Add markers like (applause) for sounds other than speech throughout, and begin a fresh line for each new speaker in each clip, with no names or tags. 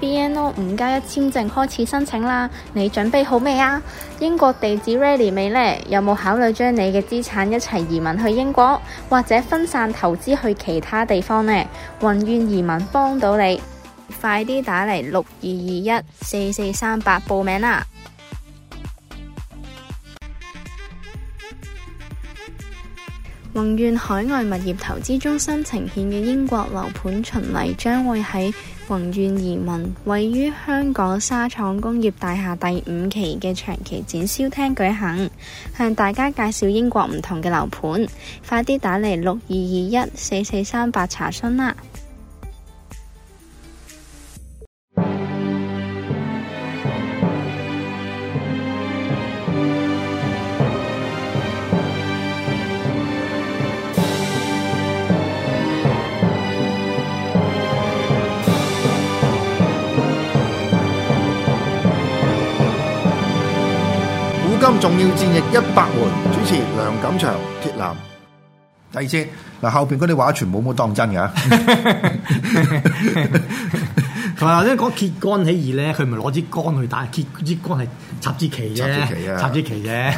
BNO 五加一簽證開始申請啦，你準備好未啊？英國地址 ready 未呢？有冇考慮將你嘅資產一齊移民去英國，或者分散投資去其他地方呢？宏願移民幫到你，快啲打嚟六二二一四四三八報名啦！宏願海外物業投資中心呈現嘅英國樓盤巡禮將會喺宏願移民位於香港沙廠工業大廈第五期嘅長期展銷廳舉行，向大家介紹英國唔同嘅樓盤。快啲打嚟六二二一四四三八查詢啦！
古今重要戰役一百回，主持梁錦祥、鐵男。第二節嗱，後邊嗰啲話全部冇當真㗎。
同埋頭先講揭竿起義咧，佢唔係攞支竿去打，揭支竿係插支旗啫，
插支旗啊啊
插支旗啫。 (laughs)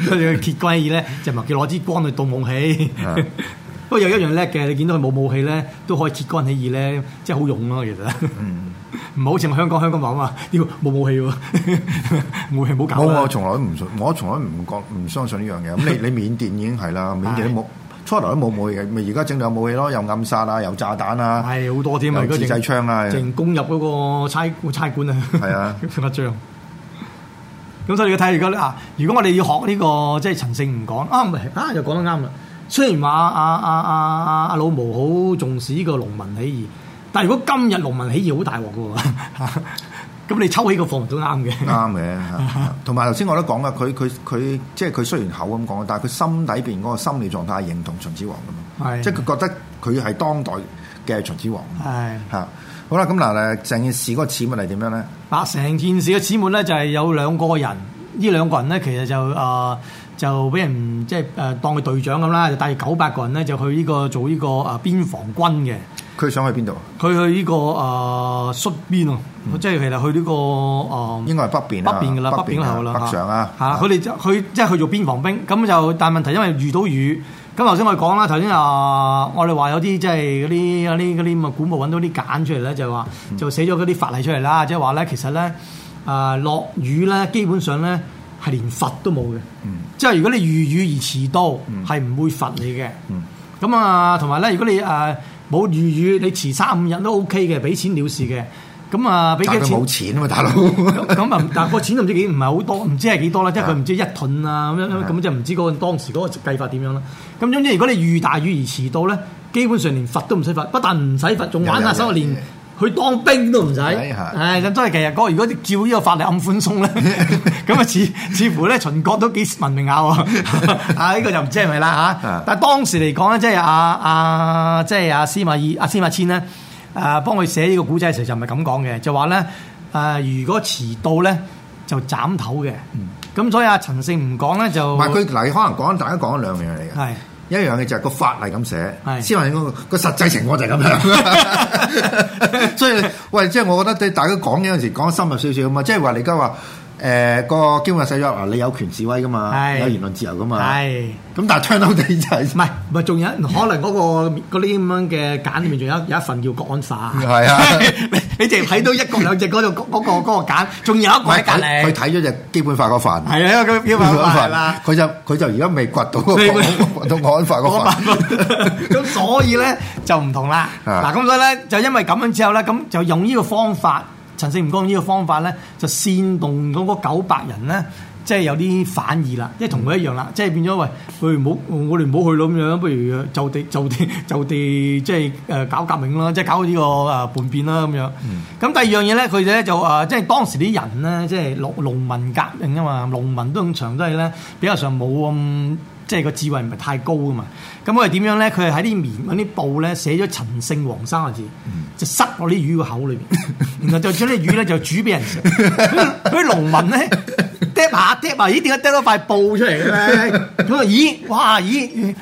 佢哋嘅揭竿起義咧，就唔係叫攞支竿去盜武器
啊。
(laughs) 不過有一樣叻嘅，你見到佢冇武器咧，都可以揭竿起義咧，即係好勇咯，其實。
嗯
(laughs) 唔係好似香港香港話啊嘛，屌冇武器喎， (laughs) 武器唔好搞
冇，
啦
我從來都唔信，我從來唔覺唔相信呢樣嘢。咁你你緬甸已經係啦，緬甸都冇初頭都冇武器嘅，咪而家整到有武器咯，有暗殺啊，有炸彈啊，
係好多添啊！
有自製槍啊，
淨攻入嗰個差差館啊，
係
(laughs)
啊
一張。咁所以你要睇下而家咧啊，如果我哋要學呢、個即係陳勝唔講啊，唔係啊，又講得啱啦。雖然話阿阿阿阿阿老毛好重視呢個農民起義，但係如果今日農民起義好大鑊嘅喎，咁你抽起個防都啱
(laughs)
嘅。
啱嘅。嚇同埋頭先我都講啦，佢佢佢即係佢雖然口咁講，但係佢心底邊嗰個心理狀態係認同秦始皇㗎嘛，
係
即係佢覺得佢係當代嘅秦始皇。
係。
嚇。啊好啦，咁嗱誒，成件事嗰個始末係點樣咧？
嗱，啊成件事嘅始末咧就係有兩個人，呢兩個人咧其實就誒、呃就俾人即係誒當佢隊長咁啦，就帶住九百個人咧就去呢、個做呢、個誒、呃、邊防軍嘅。
佢想去邊度？
佢去呢、個誒戍邊啊，即係其實去呢、個誒。呃
嗯應該係北邊
北
啊
邊嘅啦，
北
北邊
邊
嗰
啊
頭啦，
北上啊
嚇佢哋就佢即係去做邊防兵，咁就但問題因為遇到雨，咁頭先我哋講啦，頭先啊，我哋話有啲即係嗰啲嗰啲嗰啲咁嘅古墓揾到啲簡出嚟咧，就話
嗯
就寫咗嗰啲法例出嚟啦，即係話咧其實咧啊落雨咧，基本上咧係連罰都冇嘅，
嗯
即係如果你遇雨而遲到，係唔會罰你嘅。
嗯
咁啊，同埋咧，如果你誒冇預雨，你遲三五日都 OK 嘅，俾錢了事嘅。咁啊，俾幾
但係佢
多錢
冇？錢啊嘛，大佬。 (laughs)
咁啊，但係個錢就唔知幾唔係好多，唔知係幾多啦，即係佢唔知一盾啊咁樣，咁就唔知嗰個當時嗰個計法點樣啦。咁總之，如果你遇大雨而遲到咧，基本上連罰都唔使罰，不但唔使罰，仲玩下手，
有有有哎
連去當兵都唔使。
係
係
係
咁，所以其實嗰個如果照呢個法例咁寬
(laughs)
鬆咧，咁啊似似乎咧秦國都幾文
(laughs)
明下喎。啊，呢個就唔知係咪啦
啊
嚇。但係當時嚟講咧，即係阿阿即係阿司馬懿、阿司馬遷咧，誒幫佢寫呢個古仔嘅時候就唔係咁講嘅，就話咧啊誒如果遲到咧就斬頭嘅。咁所以阿陳勝唔講咧就
嗯唔係佢嗱，可能講大家講咗兩樣嘢嚟嘅。
係
一樣嘅就係個法例咁寫，
係
先話應該個實際情況就係咁
(laughs)
樣。所以喂，即係我覺得對大家講嗰陣時講深入少少啊嘛，即係話你而家話誒個基本法寫咗嗱，你有權示威噶嘛，
係
有言論自由噶嘛，
係。
咁但係 turn out 地就係
唔係，唔係，仲有可能嗰、個嗰啲咁樣嘅簡裏面，仲有有一份叫國安法。
係啊
你 (laughs) 你淨係睇到一國兩制嗰度嗰嗰個嗰個簡，仲有一
唔
個喺
係
隔
佢佢
離。
睇咗隻基本法個範。
係啊，因為佢 (laughs)
基
因為
本
法
法
啦。
佢就佢就而家未掘到個
所以佢
(laughs) 國到國安法個
國安
範。
法 (laughs)
(laughs)
咁所以咧就唔同啦。
啊
嗱，咁所以咧就因為咁樣之後咧，咁就用呢個方法，陳勝吳剛呢個方法咧，就煽動到嗰九百人咧。即係有啲反意啦，即係同佢一樣啦，即係變咗喂，佢唔好，我哋唔好去咯咁樣，不如就地就地就地即係誒搞革命啦，即係搞呢個誒叛變啦咁樣。咁、
嗯
第二樣嘢咧，佢咧就誒，即係當時啲人咧，即係農農民革命啊嘛，農民都咁長都係咧比較上冇咁。即係個智慧唔係太高噶嘛。咁我哋點樣咧？佢係喺啲棉嗰啲布咧寫咗陳勝黃三個字，就塞落啲魚個口裏邊，然後就將啲魚咧就煮俾人食。嗰啲農民咧。嗒下嗒下，咦？點解嗒到塊布出嚟嘅咧？咁啊，咦？哇！咦？呢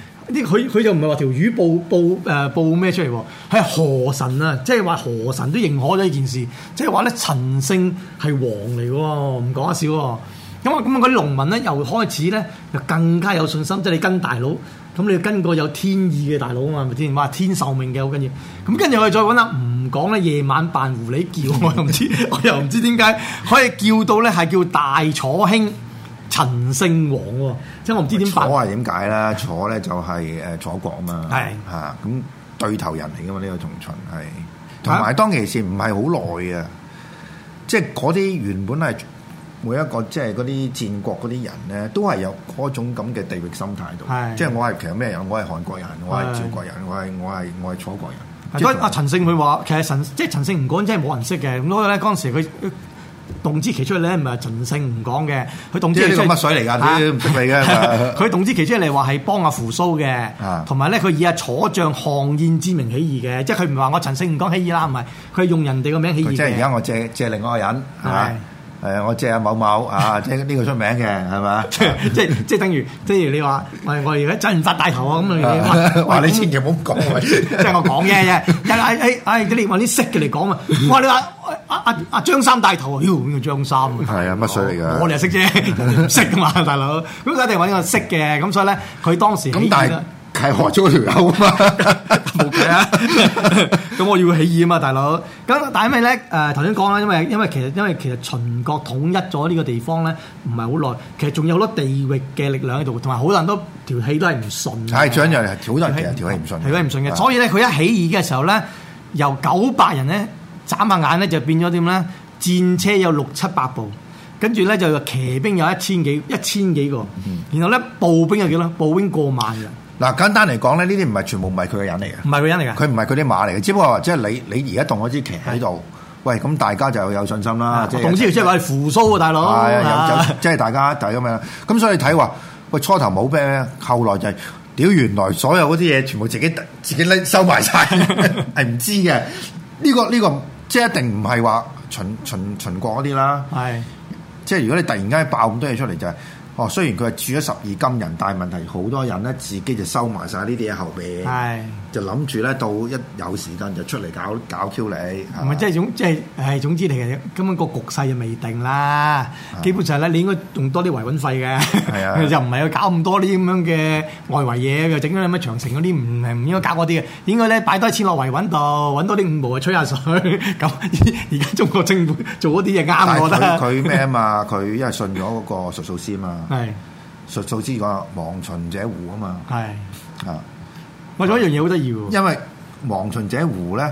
佢佢就唔係話條魚報報誒報咩出嚟喎，係河神啊！即係話河神都認可咗呢件事，即係話咧陳勝係王嚟嘅喎，唔講得少喎。咁啊，咁啊嗰啲農民咧又開始咧就更加有信心，即係你跟大佬，咁你要跟個有天意嘅大佬啊嘛，係咪先？哇，天授命嘅好緊要。咁跟住我哋再揾阿吳講咧，夜晚扮狐狸叫，我又唔知，
(laughs)
我又唔知點解可以叫到咧係叫大楚興陳勝王喎，即係我唔知點
楚
辦。
係點解啦？楚咧就係誒楚國啊嘛，
係
嚇咁對頭人嚟噶嘛呢個同秦係，同埋當其時唔係好耐啊，即係嗰啲原本係每一個即係嗰啲戰國嗰啲人咧，都係有嗰種咁嘅地域心態度，
係
即係我係其實咩人？我係韓國人，我係
係
趙國人，我係我係我係楚國人。
所以阿
即係
啊陳勝佢話其實陳即係陳勝唔講，真係冇人識嘅。咁所以咧嗰陣時佢動之其出咧，唔係陳勝唔講嘅，佢動之
即係呢
其出
個乜水嚟㗎？
啊
啲唔識你嘅。
(laughs) 佢動之其出嚟話係幫阿扶蘇嘅
啊，
同埋咧佢以阿楚將項燕之名起義嘅，即係佢唔係話我陳勝唔講起義啦，唔係佢係用人哋個名起義
佢即係而家
嘅。
我借借另外一個人
係
啊，誒我借阿某某
(laughs)
啊，即係呢個出名嘅係嘛？
(laughs) 即係即係等於，即如你話喂我而家周潤發大頭啊咁啊
啊 (laughs)
你
哇！
話
你千祈唔好咁講
即
喎，
係我講嘅啫，哎一係誒誒，你揾啲識嘅嚟講啊！哇！你話阿阿阿張三大頭啊，妖咁叫張三啊，
係啊乜水嚟㗎
我哋係識啫， (laughs) 人哋唔識噶嘛，大佬。咁佢一定揾個識嘅，咁所以咧，佢當時
咁但係係何咗條友啊嘛，
冇計啊！ (laughs) 咁我要起義啊嘛，大佬。咁但係因為咧，誒頭先講啦，因為因為其實因為其實秦國統一咗呢個地方咧，唔係好耐，其實仲有好多地域嘅力量喺度，同埋好多人都條氣都係唔
(laughs)
順嘅。
係仲有一樣係好多人其實條氣唔順嘅，
條氣唔順嘅。
啊
所以咧，佢一起義嘅時候咧，由九百人咧眨下眼咧就變咗點咧？戰車有六七百部，跟住咧就有騎兵有一千幾一千幾個，
嗯
然後咧步兵有幾多？步兵過萬人，
嗱簡單嚟講咧，呢啲唔係全部唔係佢嘅人嚟嘅，
唔係個人嚟㗎。
佢唔係佢啲馬嚟嘅，只不過話即係你你而家動咗支旗喺度，喂咁大家就有信心啦，係
總之即係話係扶蘇啊，大佬。
係啊，有
啊
有即係大家大家咁樣。咁所以睇話，喂初頭冇咩，後來就係、屌原來所有嗰啲嘢全部自己自己拎收埋晒， (laughs) 係唔知嘅。呢、個呢、個即係一定唔係話秦秦秦國嗰啲啦。
係
即係如果你突然間爆咁多嘢出嚟就係、哦，雖然佢係住咗十二金人，但係問題好多人咧自己就收埋晒呢啲嘢後邊，
係。
就諗住咧到一有時間就出嚟搞搞 Q 你，啊係
唔
嘛
係即係總即係誒總之嚟嘅，根本個局勢就未定啦。基本上咧，你應該用多啲維穩費
係
嘅
啊，
(laughs) 就唔係去搞咁多啲咁樣嘅外圍嘢，又整咗啲咩長城嗰啲，唔係唔應該搞嗰啲嘅。應該咧擺多啲錢落維穩度，揾多啲五毛啊吹下水。 (laughs) 咁而而家中國政府 (laughs) 做嗰啲嘢
但
啱，
係
我覺
佢
得
佢咩啊嘛？佢因為信咗嗰個術數師嘛。
係
術數之講亡秦者胡啊嘛，
係。
啊，
我仲有一樣嘢好得意喎，
因為亡秦者胡咧，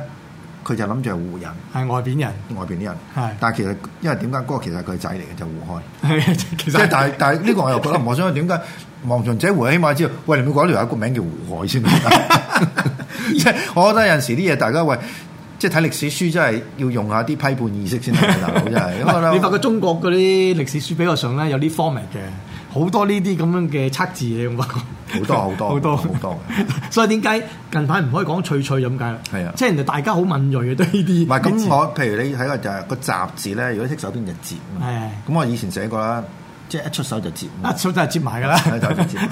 佢就諗住係胡人
係外邊人
外邊啲人，
係
但係其實因為點解嗰個其實係佢嘅仔嚟嘅就胡亥，
係
即
其
係
實
但係但係呢個我又覺得唔可想點解亡秦者胡，起碼知道，喂你唔好講條有一個名叫胡亥先， (laughs) 即係我覺得有陣時啲嘢大家喂。即係睇歷史書，真係要用下啲批判意識先得嘅，大佬真
(laughs)
係。因為呢
你發覺中國嗰啲歷史書比較上咧有啲 format 嘅，好多呢啲咁樣嘅測字嘢，我發覺
好多好多
好多
好多
(laughs) 所以點解近排唔可以講脆脆咁解啦？
係啊
即係人哋大家好敏鋭嘅對呢啲。
唔
(laughs)
係咁，我譬如你睇個就係個雜字咧，如果剔手邊就折啊嘛。
係
咁我以前寫過啦，即係一出手就折啊嘛
一手就係接埋㗎啦，
一手就接
(laughs)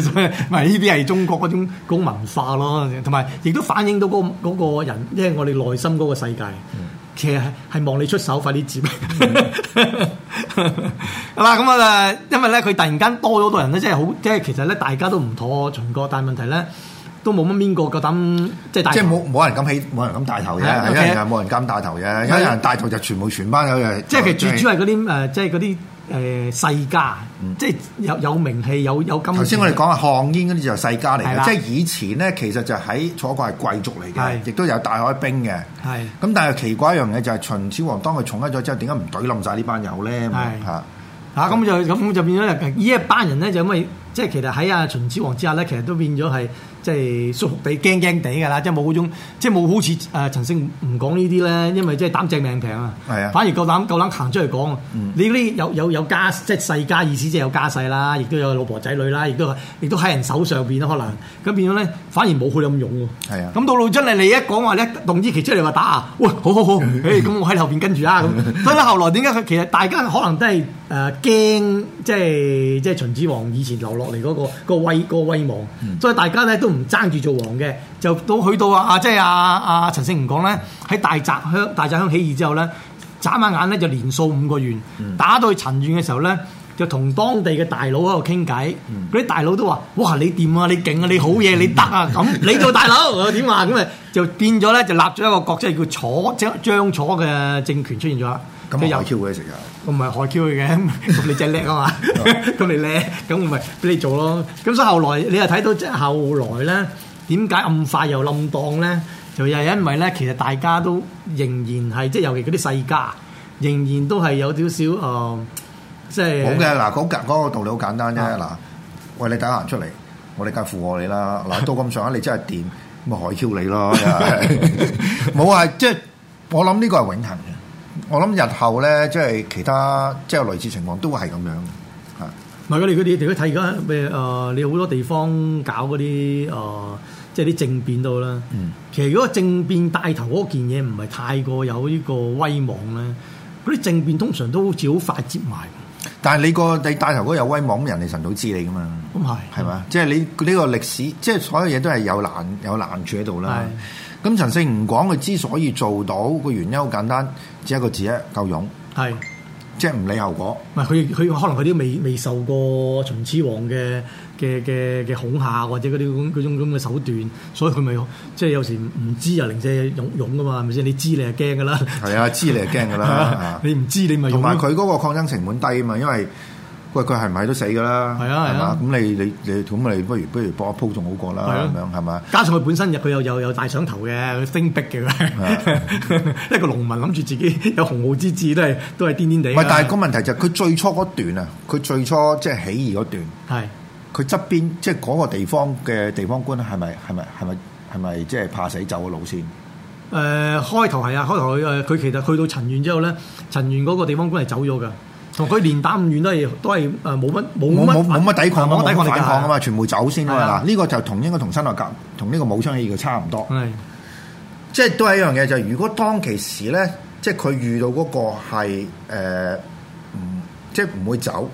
所以咪呢啲係中國嗰種嗰種文化咯，同埋亦都反映到嗰、個嗰個人，即係我哋內心嗰個世界。其實係望你出手，快啲接。 (laughs) 好啦，咁啊，因為咧佢突然間多咗好多人咧，即係好，即係其實咧大家都唔妥秦國，但係問題咧都冇乜邊個夠膽即係大。
即係冇冇人敢起，冇人敢帶頭嘅，
係啊
有
，OK
人冇人敢帶頭嘅，有人帶頭就全部全班有人。
即係其實主主
哦係嗯
要係嗰啲誒，即係嗰啲誒世家，即係有有名氣、有有金錢。
頭先我哋講下項燕嗰啲就係世家嚟
係
嘅，
啦
即係以前咧其實就喺楚國係貴族嚟嘅，
係
亦都有大海兵嘅。
係
咁但係奇怪一樣嘢就係秦始皇當佢寵一咗之後，點解唔懟冧晒呢班友咧？
係
嚇，嗯
嚇，啊咁就咁就變咗呢一班人咧，就因為即係其實喺阿秦始皇之下咧，其實都變咗係即係舒服地驚驚地㗎啦，即係冇嗰種即係冇好似誒、呃、陳勝唔講呢啲咧，因為即係膽正命平啊，
係啊
反而夠膽夠膽行出去講啊。
嗯
你嗰啲有有有家即係世家意思，即係有家世啦，亦都有老婆仔女啦，亦都亦都喺人手上邊啦，可能咁變咗咧，反而冇佢咁勇喎。
係啊
咁到到真係你一講話咧，動之其出嚟話打啊，喂，好
(laughs)
好好，誒，咁我喺後邊跟住啊，咁。所以咧，後來點解佢其實大家可能都係誒驚，即係即係秦始皇以前留落嚟嗰個嗰個威嗰個威望，
嗯
所以大家咧都唔爭住做王嘅，就到去到啊啊，即係啊啊陳勝吳廣咧喺大澤鄉大澤鄉起義之後咧，眨下眼咧就連掃五個縣，
嗯
打到去陳縣嘅時候咧。就同當地嘅大佬喺度傾偈，
嗯
嗰啲大佬都話：哇！你掂啊，你勁啊，你好嘢，你得啊！咁你做大佬 (laughs) 又點啊？咁啊就變咗咧，就立咗一個角色叫楚，即係張楚嘅政權出現咗啦。
咁我
即係由
有 Q 佢食啊！
我唔係害 Q 佢嘅，咁你真係叻啊嘛，咁你叻，咁我咪俾你做咯。咁所以後來你又睇到即係後來咧，點解咁快又冧檔咧？就又係因為咧，其實大家都仍然係即係尤其嗰啲世家，仍然都係有少少誒，呃即係
冇嘅，嗱，嗰嗰個道理好簡單啫。嗱
啊，
喂，你打行出嚟，我哋梗係附和你啦。
(laughs)
嗱，到咁上下，你真係掂，咁咪海 Q 你咯。真係
(laughs)
冇啊，即係我諗呢個係永恆嘅。我諗日後咧，即係其他即係類似情況都會係咁樣嘅。啊
唔係佢哋佢哋如果睇而家咩誒，你好多地方搞嗰啲誒，即係啲政變到啦。
嗯
其實如果政變帶頭嗰件嘢唔係太過有呢個威望咧，嗰啲政變通常都好似好快接埋。
但係你個你帶頭嗰個有威望，咁人哋神早知你噶嘛，
咁係
係嘛？即係你呢個歷史，即係所有嘢都係有難有難處喺度啦。咁陳勝吳廣佢之所以做到個原因好簡單，只一個字啫，夠勇，
係，
即係唔理後果。
唔係佢佢可能佢都未未受過秦始皇嘅嘅嘅嘅恐嚇或者嗰啲咁嗰種咁嘅手段，所以佢咪即係有時唔知啊，零舍勇勇噶嘛，係咪先？你知你係驚噶啦，
係啊，知你係驚噶
(laughs)
啦。
你唔知你咪
啊同
勇
埋
咯。
佢嗰個抗爭成本低啊嘛，因為喂佢係唔係都死噶啦，
係啊係
係嘛
啊
咁你你你咁你不如不如搏一鋪仲好過啦，
係啊
咁樣係嘛？
加上佢本身又佢又又有大想頭嘅，佢升逼嘅，
啊
佢 (laughs) 一個農民諗住自己 (laughs) 有鴻毛之志，都係都係癲癲地啊
唔
㗎。
係，但係個問題就係佢最初嗰段啊，佢最初即係起義嗰段，
係
佢側邊即係嗰個地方嘅地方官係咪係咪係咪係咪即係怕死走嘅路線？
誒開頭係啊，開頭佢誒佢其實去到陳縣之後咧，陳縣嗰個地方官係走咗㗎，同佢連打五縣都係都係誒冇乜冇
冇
乜啊
冇冇乜抵抗，
冇
冇乜抵
乜抵
抗
抗力㗎
反抗啊嘛，全部走先啊
係啊
嘛。嗱，呢個就同應該同辛亥革同呢個武昌起義嘅差唔多。
係
即係都係一樣嘢，就係、如果當其時咧，即係佢遇到嗰個係呃唔即係唔會走，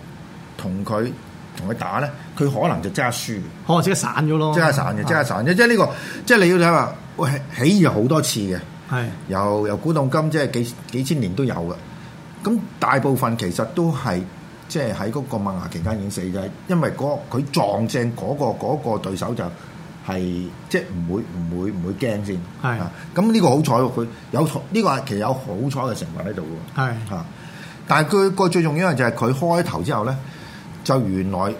同佢同佢打咧，佢可能就即刻輸，
可能即刻散咗咯，
即刻散嘅，即刻散嘅。即係呢、個，即係你要睇下，喂起義有好多次嘅，
係
由由古到今，即係幾幾千年都有嘅。咁大部分其實都係即係喺嗰個萌芽期間已經死嘅，因為嗰佢撞正嗰、個嗰、個對手就係、即係唔會唔會唔會驚先。
係
啊咁呢個好彩喎，佢有呢、個係其實有好彩嘅成分喺度嘅
係
喎。啊但係佢個最重要嘅就係佢開頭之後咧，就原來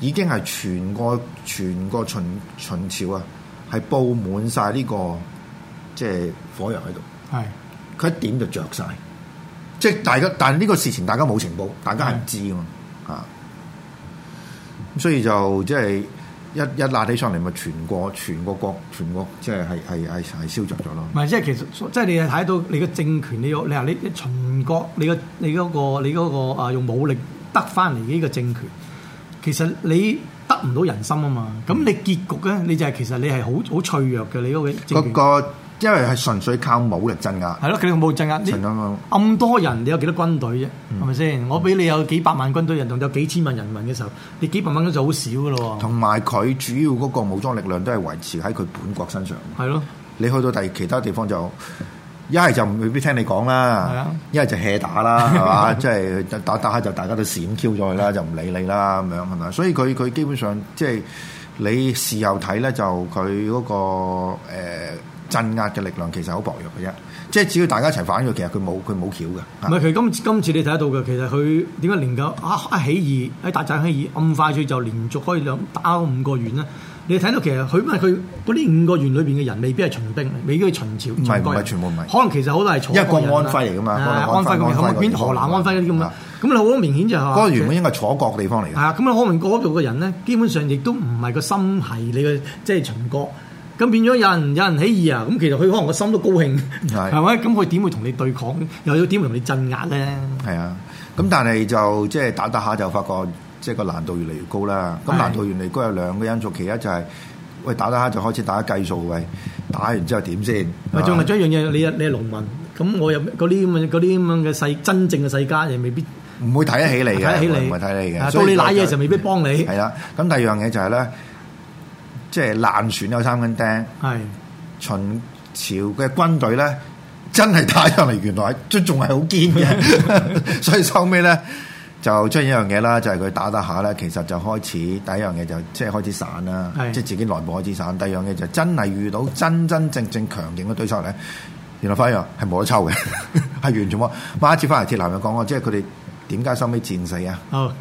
已經係全個全個秦秦朝啊，係佈滿晒呢、個即係火藥喺度。
係
佢一點就着晒，即係大家，但係呢個事情大家冇情報，大家係唔知噶嘛，啊，咁所以就即係一一辣起上嚟，咪全個全個國全個即係係係係係燒着咗咯。
唔係即係其實即係你睇到你嘅政權，你要你話你你秦國，你個你嗰、個你嗰、個啊用武力得翻嚟嘅呢個政權，其實你得唔到人心啊嘛。咁你結局咧，你就係其實你係好好脆弱嘅你嗰個
個
政權。
個因為係純粹靠武力鎮壓，
係咯，佢哋冇鎮壓
陳嗯啊
呢
嘛，
咁多人，你有幾多軍隊啫？係咪先？我俾你有幾百萬軍隊人，同有幾千萬人民嘅時候，你幾百萬軍就好少噶咯
同埋佢主要嗰個武裝力量都係維持喺佢本國身上。
喎。係咯，
你去到第其他地方就一係就未必聽你講
係
啦
啊，
一係就 hea 打
(laughs)
啦，係嘛？即係打打下就大家都閃 Q 咗佢啦，就唔理你啦咁樣係咪？所以佢佢基本上即係你事後睇咧，就佢嗰個誒鎮壓嘅力量其實好薄弱嘅啫。即係只要大家一齊反佢，其實佢冇佢冇橋嘅。啊
唔係，佢今今次你睇得到嘅，其實佢點解能夠啊一起義喺大陣起義咁快脆就連續可以兩打五個縣咧？你睇到其實佢因為佢嗰啲五個縣裏邊嘅人未必係秦兵，未必係秦朝，唔
係唔係全部唔係
可能其實好多係楚
因為
國人
國
啊
安徽嚟㗎嘛
係啊
國安
安
徽
徽
安徽
咁
嗰啲
邊
地方
河南安徽嗰啲咁
啊
啊，咁你好明顯就係話
嗰個原本應該係楚國嘅地方嚟嘅
係。啊，咁啊，可能嗰度嘅人咧，基本上亦都唔係個心係你嘅，即係秦國。咁變咗有人有人起義啊，咁其實佢可能個心都高興，
係
(laughs) 係咪？咁佢點會同你對抗？又要點會同你鎮壓咧？
係啊，咁但係就即係打打下就發覺，即係個難度越嚟越高啦。咁
係
難度越嚟越高有兩個因素，其一就係、喂打打下就開始大家計數喂，打完之後點先？
咪仲
係
係
嘛
仲有一樣嘢，你係你係農民，咁我又嗰啲咁嘅嗰啲咁樣嘅世真正嘅世家，又未必
唔會睇得起你嘅，
睇得起你，
唔會睇得起你
啊
嘅。
到你賴嘢就
就
未必幫你，
係啦。咁第二樣嘢就係、咧，即係爛船有三根釘。
係
秦朝嘅軍隊咧，真係打上嚟，原來都仲係好堅嘅。所以收尾咧就出現一樣嘢啦，就係、佢打打下咧，其實就開始第一樣嘢就即係開始散啦，
係
即係自己內部開始散。第二樣嘢就真係遇到真真正正強勁嘅對手咧，原來反而係冇得抽嘅，係完全冇。馬一次翻嚟鐵男又講過，即係佢哋點解收尾戰死啊？
哦，